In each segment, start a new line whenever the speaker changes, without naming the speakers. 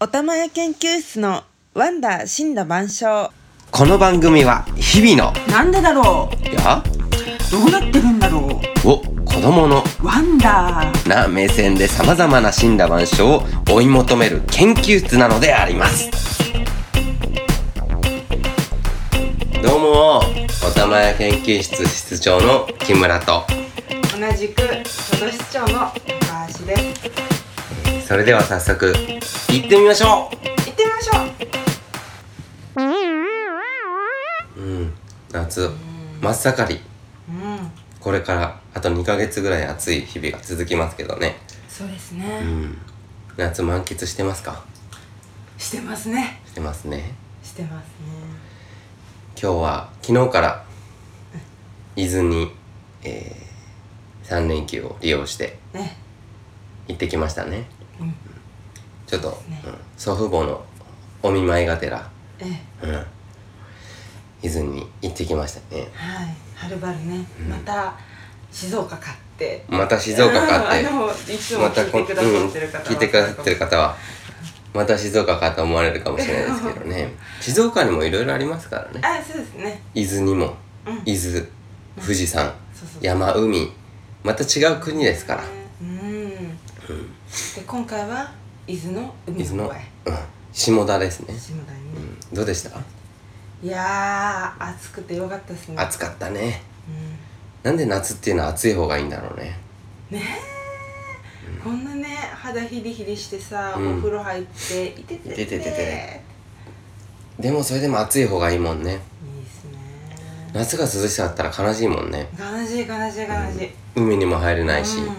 おたまや研究室のワンダー死んだ万象
この番組は日々の
なんでだろう
いや
どうなってるんだろ
を子供の
うワンダー
な目線で様々な死んだ万象を追い求める研究室なのでありますどうもおたまや研究室室長の木村と
同じく佐渡市長の高橋です
それでは早速行ってみまし
行
ょ
ってみましょう
ううん夏真っ盛り
うん
これからあと2ヶ月ぐらい暑い日々が続きますけどね
そうです
う
ね
ん夏満喫してますか
してますね
してますね
してます
今日は昨日から伊豆に、え3連休を利用して
ねね
行ってきましたね
うん
ちょっと、
ね
うん祖父母のお見舞いがてら、
ええ
うん、伊豆に行ってきましたね
はいはるばるね、また静岡かって
また静岡かっ
あ
て
ーでもいつも
また
聞いてくださってる方は
聞いてくださってる方はまた静岡かと思われるかもしれないですけどね静岡にもいろいろありますからね
あそうですね
伊豆にも
うん
伊豆富士山
そうそう
山海また違う国ですから
うんで今回は伊豆の海
伊豆
の
の、
声
うん、下田ですね、
下田に
う
ね、
ん、どうでした
いやー暑くてよかったですね
暑かったね
う
なんで夏っていうのは暑い方がいいんだろうね
んねえこんなね肌ヒリヒリしてさ、
うん
お風呂入っていててて
いててててでもそれでも暑い方がいいもんね
いいですね
夏が涼しかったら悲しいもんね
悲しい悲しい悲しい、
海にも入れないし、
うんうん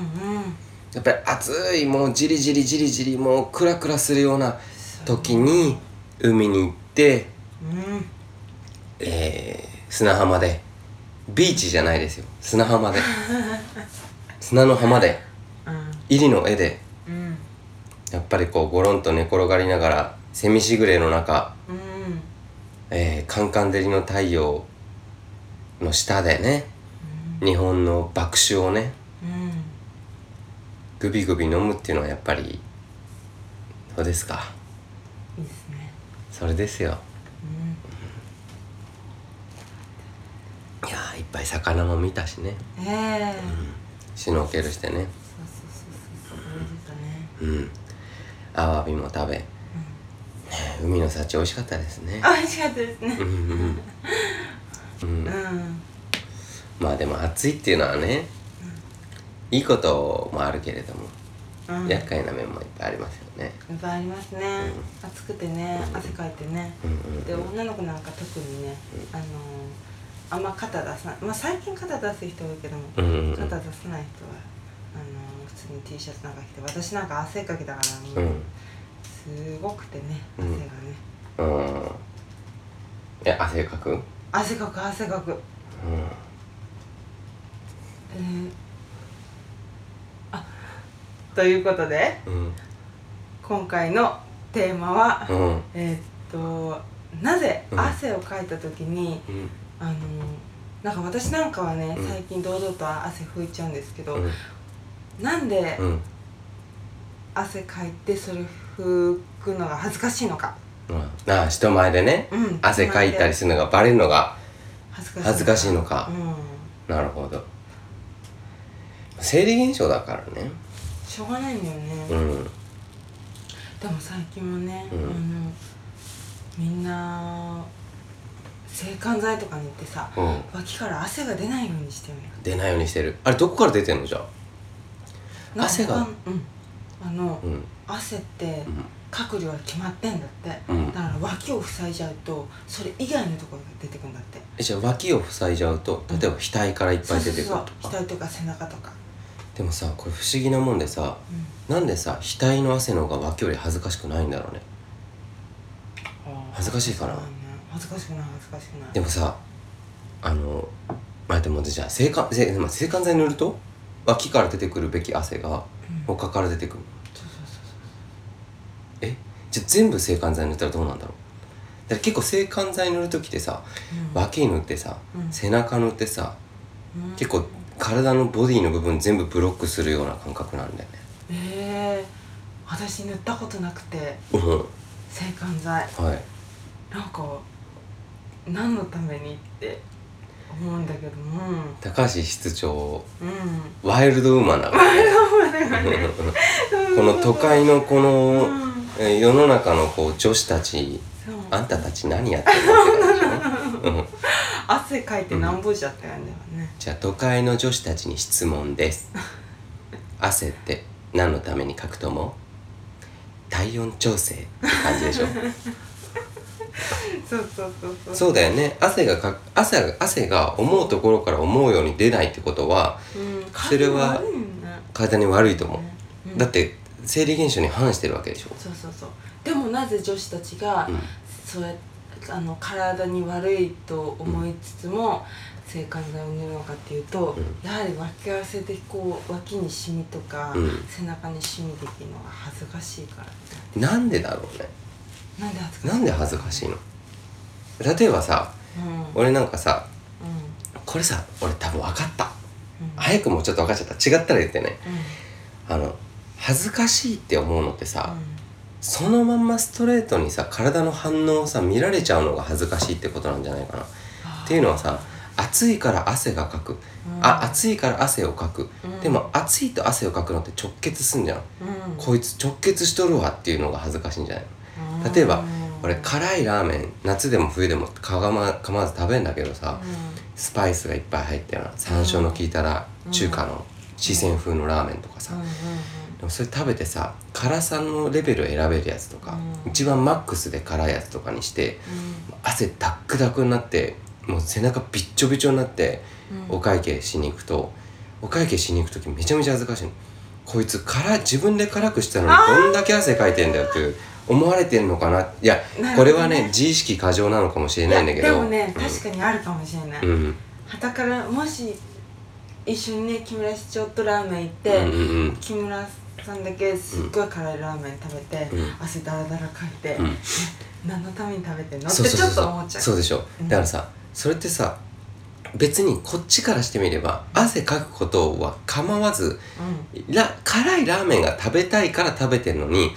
やっぱり暑いもうじりじりじりじりもうクラクラするような時に海に行って、
うん
えー、砂浜でビーチじゃないですよ砂 浜で砂の浜で入りの絵で
うん
やっぱりこうゴロンと寝転がりながらセミしぐれの中、
うん
えーカンカン照りの太陽の下でね日本の爆酒をね
うん
グビグビ飲むっていうのはやっぱりどうですか
いいですね
それですよ
うん
いやーいっぱい魚も見たしね
ええ
シュノーケルしてね
そうそうそうそうそうそうですね
うんアワビも食べ、ね海の幸美味しかったですね
あ美味しかったですね
うんうんうん
う
うん
ん
まあでも暑いっていうのはねいいこともあるけれども
うん
厄介な面もいっぱいありますよね
いっぱいありますね、暑くてね汗かいてね、
うんうん
で女の子なんか特にね、あのーあんま肩出さないまあ最近肩出す人多いけども、
うんうんうん
肩出さない人はあのー普通に T シャツなんか着て私なんか汗っかきだから
う
もうんすごくてね
う
汗
ん
がね、
うんえ汗かくうん
汗かく汗かくえー、あということで
うん
今回のテーマは、
うん
えーっとなぜ
うん
汗をかいた時に、
うん
あのなんか私なんかはね、
うん
最近堂々と汗拭いちゃうんですけど、
うん
なんで
うん
汗かいてそれ拭くのが恥ずかしいのか、
うんなあ人前でね
うん、
汗かいたりするのがバレるのが
恥ずかしい
恥ずかしいのか
うん、
なるほど生理現象だからね
しょうがないんだよね、
うん
でも最近はね、
うん
あのみんな制汗剤とか塗ってさ
うん
脇から汗が出ないようにしてるのよ
出ないようにしてるあれどこから出てんのじゃあ
なんか
汗が
うんあの、
うん
汗ってかく量が決まってんだって、
うん
だから脇を塞いじゃうとそれ以外のところが出てくるんだって
えじゃあ脇を塞いじゃうと例えば額からいっぱい出てくると
そう
か
そうそう額とか背中とか、
でもさこれ不思議なもんでさ
う
なんでさ額の汗の方が脇より恥ずかしくないんだろうね
ん、
恥ずかしいかな
そうだね恥ずかしくない恥ずかしくない
でもさあのまあでもじゃあ制汗制まあ制汗剤塗ると脇から出てくるべき汗が
うん
他から出てくる
そうそうそう
えじゃあ全部制汗剤塗ったらどうなんだろうだから結構制汗剤塗る時ってさ
そう
脇塗ってさ、
うん
背中塗ってさ
うん、
結構体のボディの部分全部ブロックするような感覚なんだよね
ええ私塗ったことなくて
うん
制汗剤
はい
なんか何のためにって思うんだけども
高橋室長
うん
ワイルドウーマンだからね この都会のこ
う
の
ん
えー世の中のこう女子たち
そう
あんたたち何やってるのって感じでしょ、うん
汗かいてなんぼじゃって感じだよね
じゃあ都会の女子たちに質問です汗って何のためにかくとも体温調整って感じで しょ
そうそうそうそう
そうだよね汗がか汗が汗が思うところから思うように出ないってことは
うん
それは
感じ悪いよね
体に悪いと思う、
うん
だって生理現象に反してるわけでしょ、
そうそうそうでもなぜ女子たちが、
うん
そうやあの体に悪いと思いつつも、性感剤を塗るのかっていうと、
う
やはり脇汗でこう脇にシミとか、
うん
背中にシミできるのが恥ずかしいから
なんでだろうね
なんで恥ずかしい
なんで恥ずかしいの例えばさ
うんうん
俺なんかさ
うん
これさ俺多分分かった早くもうちょっと分かっちゃった違ったら言ってね
うん
あの恥ずかしいって思うのってさ、
うん
そのまんまストレートにさ体の反応をさ見られちゃうのが恥ずかしいってことなんじゃないかなっていうのはさ暑いから汗がかく、
うん
あ暑いから汗をかく、
うん
でも暑いと汗をかくのって直結すんじゃん、
うん
こいつ直結しとるわっていうのが恥ずかしいんじゃないの例えば
うん
俺辛いラーメン夏でも冬でもかがま構わず食べんだけどさ、
う
スパイスがいっぱい入ったような山椒の効いたら
うん
中華の四川風のラーメンとかさ、
んうんうん
でもそれ食べてさ辛さのレベルを選べるやつとか、
うん
一番マックスで辛いやつとかにして汗ダックダックになってもう背中びっちょびちょになって
うんうん
お会計しに行くと、お会計しに行く時めちゃめちゃ恥ずかしいのこいつ辛い自分で辛くしたのにどんだけ汗かいてんだよっていう思われてんのかないや
なるほどね
これはね自意識過剰なのかもしれないんだけど
でもね
うん
確かにあるかもしれない、
うん
はたからもし一緒にね木村市長とラーメン行って、
うんうんうん
木村さんだけすっごい辛いラーメン食べて、
うん
汗だらだらかいて、
うん
何のために食べてんのって
そうそう
ちょ
そう
っ
そ
と思っ
う
ちゃう
そうでしょ、
うん
だからさそれってさ別にこっちからしてみれば汗かくことは構わず
うん
ら辛いラーメンが食べたいから食べてるのに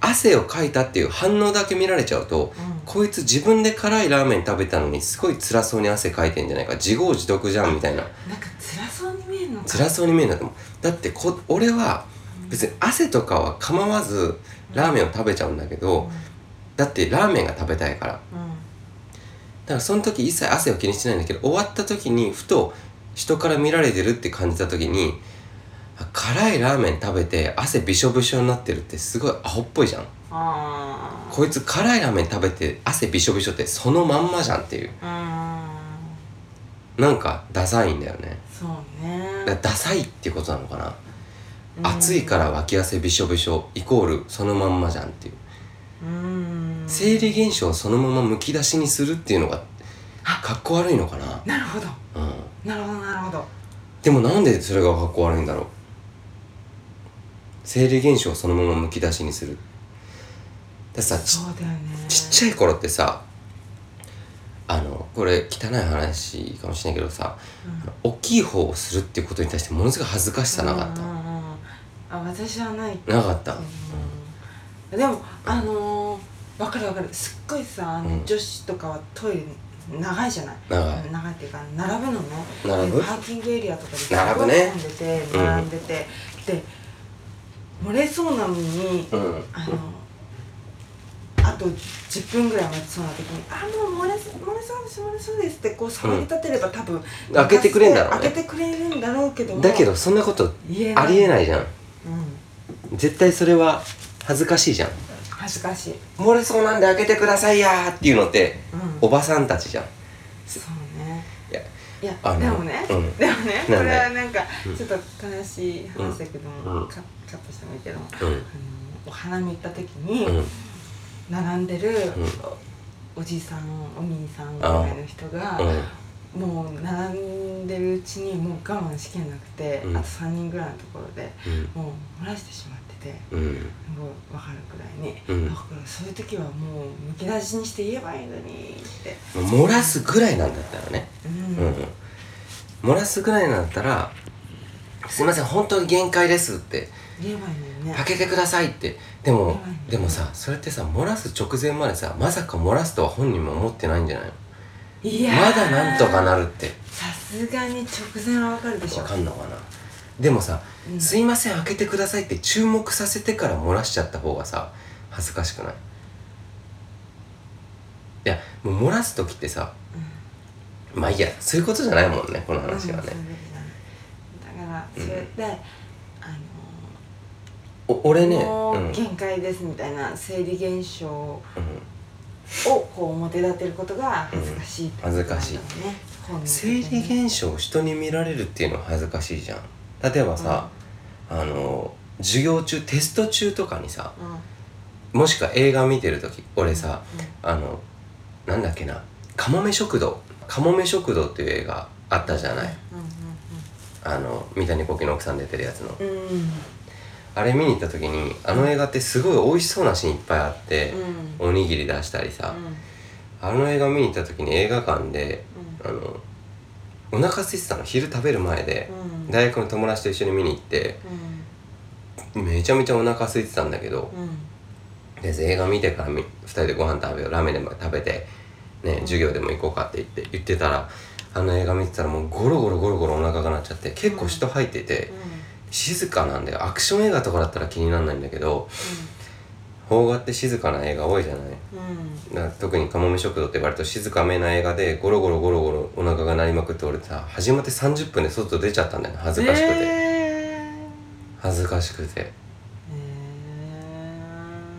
汗をかいたっていう反応だけ見られちゃうと
うん
こいつ自分で辛いラーメン食べたのにすごい辛そうに汗かいてんじゃないか自業自得じゃんみたいな
うん、なんか辛そうに見えるのか
辛そうに見えるんだと思うだってこ俺は別に汗とかは構わずラーメンを食べちゃうんだけ
うん
どだってラーメンが食べたいから
うん
だからその時一切汗を気にしてないんだけど終わった時にふと人から見られてるって感じた時にあ辛いラーメン食べて汗びしょびしょになってるってすごいアホっぽいじゃん
あ
こいつ辛いラーメン食べて汗びしょびしょってそのまんまじゃんっていう
あ
なんかダサいんだよね
うんそう
だから
ね
ダサいってことなのかな、
うん
暑いから脇汗びしょびしょイコールそのまんまじゃんっていう、
うん
生理現象をそのままむき出しにするっていうのがかっこ悪いのかな
なるほど
うん
なるほどなるほど
でもなんでそれがかっこ悪いんだろう生理現象をそのままむき出しにするだってさち
そうだよね
ちっちゃい頃ってさあのこれ汚い話かもしれないけどさ
うん
あの大きい方をするっていうことに対してものすごい恥ずかしさなかった、
うんうんうんあ私はない
なかった、
うんでもあのー、分かる分かるすっごいさ、あの
うん
女子とかはトイレ長いじゃない
長い
長いっていうか並ぶのね
並ぶ
でパーキングエリアとかです
並ぶ
並
ね
んでて
うん
並んでて、で漏れそうなのに、
うん、
あのあと10分ぐらい待ちそうな時に「あもう漏れそう漏れそうです漏れそうです」ってこう触り立てれば多分、
開けてくれんだろうね
開けてくれるんだろうけども
だけどそんなこと
言えない
ありえないじゃん
うん
絶対それは恥ずかしいじゃん
恥ずかしい、
漏れそうなんで開けてくださいやーっていうのって
うん、
おばさんたちじゃん
そうね
いや
いや
あの
でもね、
うん
でもねこ
なん
れ
だよ
はなんか
うん
ちょっと悲しい話だけども、
うん
カカットしてもいいけども、
う
あの
ん
お花見行った時に、
うん
並んでる、おじさんお兄さんぐらいの人が、
うん
もう並んでるうちにもう我慢しきれなくて、
うん
あと3人ぐらいのところでもう漏らしてしまってて
うんうん
すごい分かるくらいに、
うん
だからそういう時はもうむき出しにして言えばいいのにって。
漏らすぐらいなんだったらね
うん
うん漏らすぐらいなんだったら「すいません本当に限界です」って
見えばいいのよね
開けてくださいってで
う
も
ん
でもさそれってさ漏らす直前までさまさか漏らすとは本人も思ってないんじゃないの
いやー
まだなんとかなるって
さすがに直前はわかるでしょ
わかんのかなでもさ「
うん
すいません開けてください」って注目させてから漏らしちゃった方がさ恥ずかしくないいやもう漏らす時ってさまあいいやそういうことじゃないもんねこの
うん
話は
う、んそ
ね
うだからそれで、あ
お俺
の
ね
も
うん、う
うん限界ですみたいな生理現象をこう表立てることが恥ずかしいってことなんだろうね、本能的
生
に
理現象を人に見られるっていうのは恥ずかしいじゃん例えばさ、あの授業中テスト中とかにさ
うんうん
もしくは映画見てる時俺さ、あのなんだっけな「かもめ食堂」「かもめ食堂」っていう映画あったじゃない、あの三谷幸喜の奥さん出てるやつの
うんうんうんうん
あれ見に行った時にあの映画ってすごい美味しそうなシーンいっぱいあって、おにぎり出したりさ、あの映画見に行った時に映画館であのお腹空いてたの昼食べる前で、
うんうん
大学の友達と一緒に見に行ってめちゃめちゃお腹空いてたんだけど
うんうん
で映画見てからみ2人でご飯食べようラーメンでも食べて、ね、授業でも行こうかって言って言ってたらあの映画見てたらもうゴロゴロゴロゴロお腹がなっちゃって結構人入ってて静かなんだよアクション映画とかだったら気にならないんだけど邦画って静かな映画多いじゃない
うんうん
だから特に「かもめ食堂」って割と静かめな映画でゴロゴロゴロゴロお腹が鳴りまくって俺さ始まって30分で外出ちゃったんだよね恥ずかしくて、
え
恥ずかしくて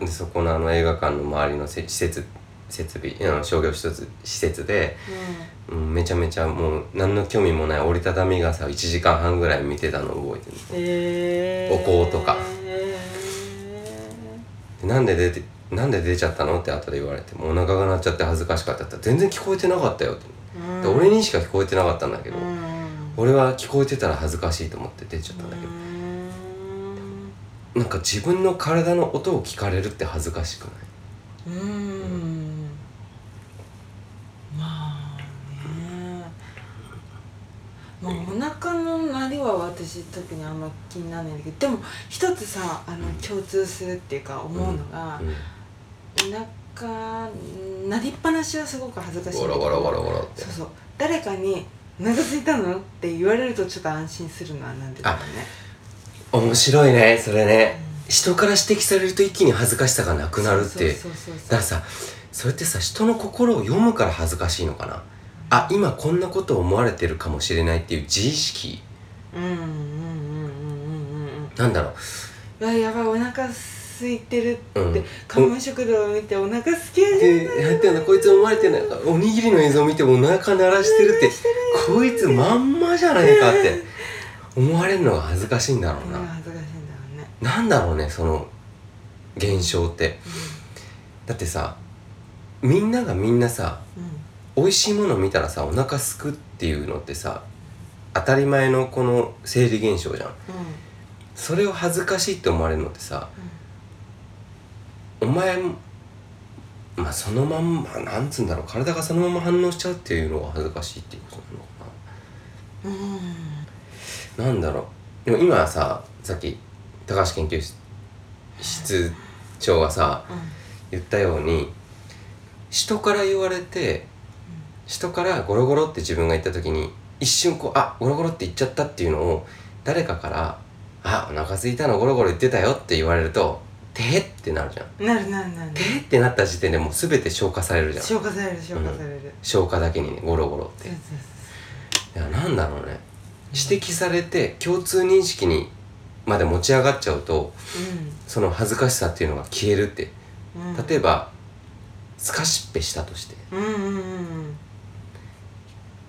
ー
でそこのあの映画館の周りのせ施設設備あの商業施設施設で、うん、めちゃめちゃもう何の興味もない折りたたみ傘を1時間半ぐらい見てたのを覚えてる
え
お香とか
え
でなんで出てなんで出ちゃったのって後で言われてもうお腹が鳴っちゃって恥ずかしかったって言ったら全然聞こえてなかったよって、
ー
で俺にしか聞こえてなかったんだけ
う
ど、
ん
俺は聞こえてたら恥ずかしいと思って出ちゃったんだけど、なんか自分の体の音を聞かれるって恥ずかしくない
うんうんまあねまあお腹の鳴りは私特にあんま気にならないんだけどでも一つさあの共通するっていうか思うのが、お腹鳴りっぱなしはすごく恥ずかしい
ゴ
んだ
ロ
けど
ゴロゴロゴロって
そうそう誰かに「お腹空いたの?」って言われるとちょっと安心するのはなんでだろうね
面白いねそれね人から指摘されると一気に恥ずかしさがなくなるって
そうそうそう
だか
そう
らさそれってさ人の心を読むから恥ずかしいのかなあ今こんなことを思われてるかもしれないっていう自意識
うんうんうんうんうんうんうん
なんだろう
うわやばいお腹空いてるって、
うん
看板食堂を見てお腹空き始め
でやってんだこいつ思われてないおにぎりの映像を見てお腹鳴らしてるってこいつまんまじゃないかって思われるのが恥ずかしいんだろ
た
う
のが
な、
恥ずかしいんだろうね、
なんだろうねその現象ってだってさみんながみんなさ
うんうん
美味しいもの見たらさお腹すくっていうのってさ当たり前のこの生理現象じゃん
うん
それを恥ずかしいって思われるのってさお前もまあそのまんまなんつうんだろう体がそのまま反応しちゃうっていうのが恥ずかしいっていうことなのか
うんうん
ななんだろうでも今ささっき高橋研究室長がさ言ったように人から言われて人からゴロゴロって自分が言った時に一瞬こうあゴロゴロって言っちゃったっていうのを誰かから「あお腹空すいたのゴロゴロ言ってたよ」って言われると「てへ」ってなるじゃん。
うんなるなるなる
てへってなった時点でもう全て消化されるじゃん
消化される消化される、
消化だけにねゴロゴロっ
そ
て
う
い
そう
やなんだろうね指摘されて共通認識にまで持ち上がっちゃうと
そう
その恥ずかしさっていうのが消えるって
うん、うん、
例えばスカシッペしたとして
うんうんうんうん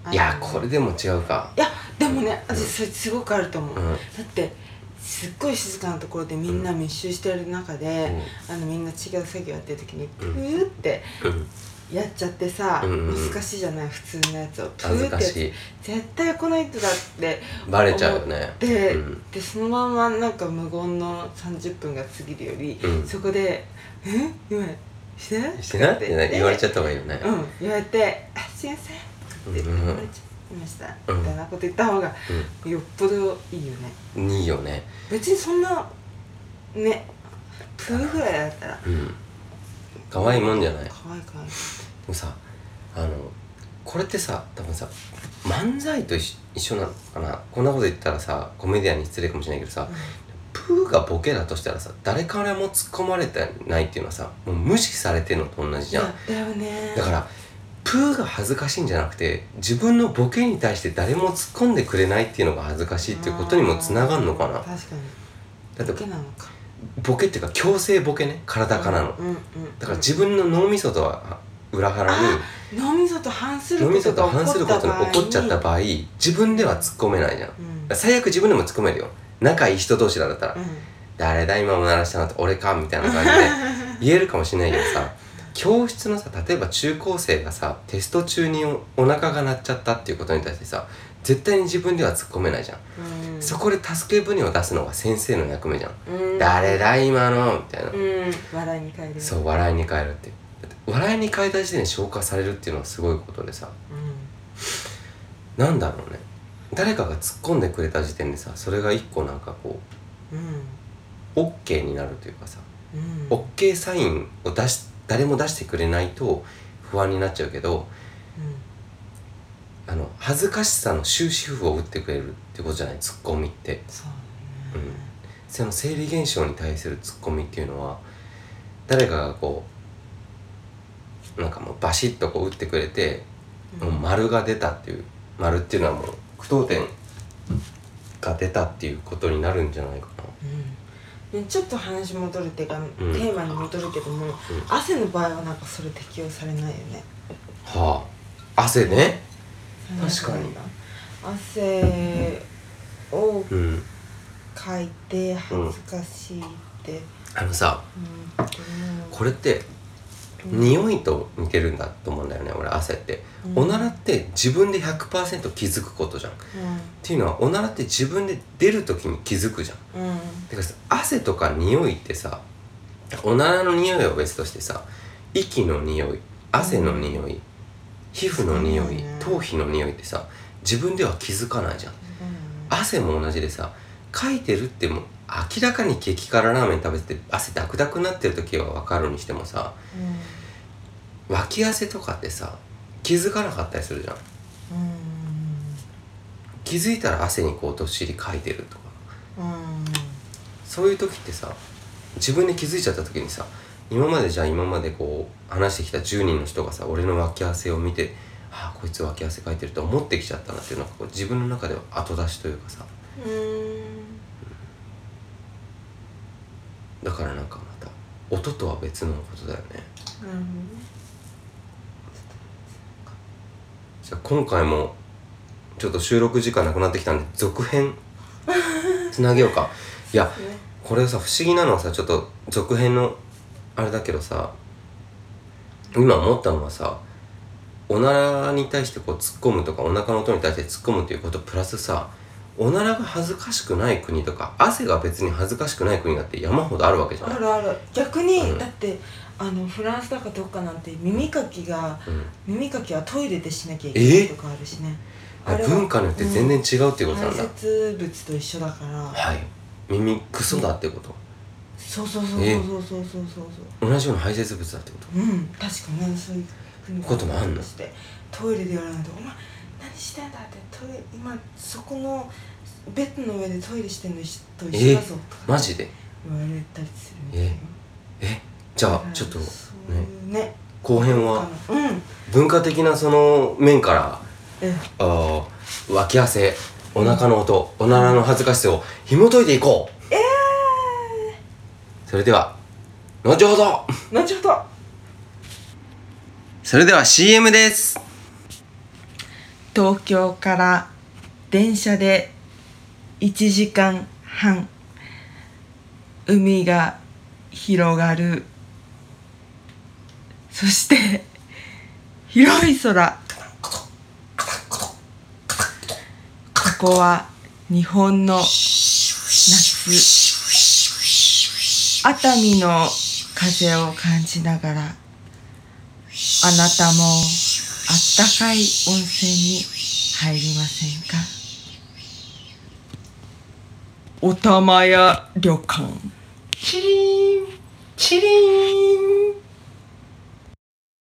あ
いやこれでも違うか
いやでもね私それすごくあると思う、
う
だ
ん
ってすっごい静かなところでみんな密集してる中で、あのみんな違う作業やってる時にプーって
うん
やっちゃってさ、
うんうんうん
難しいじゃない普通のやつをプ
恥ず
ー
か
ってやつ
しい
絶対この人だって
バレちゃうよね
で,、
うん
でそのままなんか無言の30分が過ぎるより、
うん
そこで「え今して?」
してなってね言われち
ゃ
ゃった方がいいよね
うん言われて「あすいません」っ
う
て言われ
ん
ちゃいました、
うん
みたいなこと言った方がよっぽどいいよね
うんいいよね
別にそんなねプーぐらいだったら
うん可愛いもんじゃないで
可愛い可愛い
もさあのこれってさ多分さ漫才と一緒一緒なのかなこんなこと言ったらさコメディアンに失礼かもしれないけどさプーがボケだとしたらさ誰からも突っ込まれてないっていうのはさもう無視されてるのと同じ
い
じゃん
やだよね
だからプーが恥ずかしいんじゃなくて自分のボケに対して誰も突っ込んでくれないっていうのが恥ずかしいっていうことにもつながるのかな
あー確かに
だって
ボケなのか
ボケっていうか強制ボケね体からの
うんうん
だから自分の脳みそとは裏腹に
脳みそと反する
脳
こ
みそ
と
と
が
反す
起
る
こ
こ
った
と
場合
に
に
起こっちゃった場合自分では突っ込めないじゃん
うん
最悪自分でも突っ込めるよ仲いい人同士なんだったら
うん
誰だ今も鳴らしたのって俺かみたいな感 じで言えるかもしれないけどさ教室のさ例えば中高生がさテスト中におお腹が鳴っちゃったっていうことに対してさ絶対に自分では突っ込めないじゃん、
うん
そこで助け舟を出すのが先生の役目じゃん、
うん
誰だ今のみたいな、
うん笑いに変える
そう笑いに変えるってだって笑いに変えた時点で消化されるっていうのはすごいことでさ
う
なんだろうね誰かが突っ込んでくれた時点でさそれが一個なんかこうん
うん
オッケーになるというかさ
うん
オッケーサインを出し誰も出してくれないと不安になっちゃうけど
う
あの恥ずかしさの終止符を打ってくれるってことじゃないツッコミって
んそう
う
だね
んその生理現象に対するツッコミっていうのは誰かがこうなんかもうバシッとこう打ってくれて、
う
もうん丸が出たっていう丸っていうのはもう句読点が出たっていうことになるんじゃないかな。
うんねちょっと話戻るっていうか、
ん
テーマに戻るけども、汗の場合はなんかそれ適用されないよね
はあ汗ね。確かに
汗を
うん、
かいて恥ずかしいって、うん
あのさ
で
これって
もうん
匂いと似てるんだと思うんだよね俺汗って、
うん
おならって自分で100%気づくことじゃんっていうのはおならって自分で出る時に気づくじゃん
うんうん
だからさ汗とか匂いってさおならの匂いは別としてさ息の匂い汗の匂い、皮膚の匂
そう
い、
だね
頭皮の匂いってさ自分では気づかないじゃん
うん
汗も同じでさかいてるってもう明らかに激辛ラーメン食べてて汗ダクダクになってる時は分かるにしてもさ、脇汗とかってさ気づかなかったりするじゃん
う
気づいたら汗にこうどっしりかいてるとか
んうん
そういう時ってさ自分で気づいちゃった時にさ今までじゃあ今までこう話してきた10人の人がさ俺の脇汗を見て「ああこいつ脇汗かいてる」と思ってきちゃったなっていうのがこう自分の中では後出しというかさ
うん
だからなんかまた音とは別のことだよね
なるほどね
じゃあ今回もちょっと収録時間なくなってきたんで続編 つなげようかいや
ね
これさ不思議なのはさちょっと続編のあれだけどさ今思ったのはさおならに対してこう突っ込むとかお腹の音に対して突っ込むということプラスさおならが恥ずかしくない国とか汗が別に恥ずかしくない国だって山ほどあるわけじゃな
あ
い、
るある逆に、
うん
だってあのフランスだかどっかなんて耳かきが
うん、
耳かきはトイレでしなきゃいけないとかあるしねあれは
文化によって全然違うっていうことな
排
んだ、
泄物と一緒だから
はい耳クソだってこと、
そうそうそうそうそうそうそうそう
同じような排泄物だってこと
うん確かねそういう国
こともあんの
してトイレでやらないと「お前何してんだ」ってトイレ今そこのベッドの上でトイレしてんのと一緒だぞとか
マジで
言われたりするみたいな
ええじゃあちょっとね
そういうね
後編は
うん
文化的なその面から
え
あー脇汗お腹の音おならの恥ずかしさを紐解いていこう、それでは後ほど
後ほど
それでは CM です
東京から電車で1時間半海が広がるそして広い空ここは日本の夏熱海の風を感じながらあなたもあったかい温泉に入りませんかおたまや旅館チリーンチリーン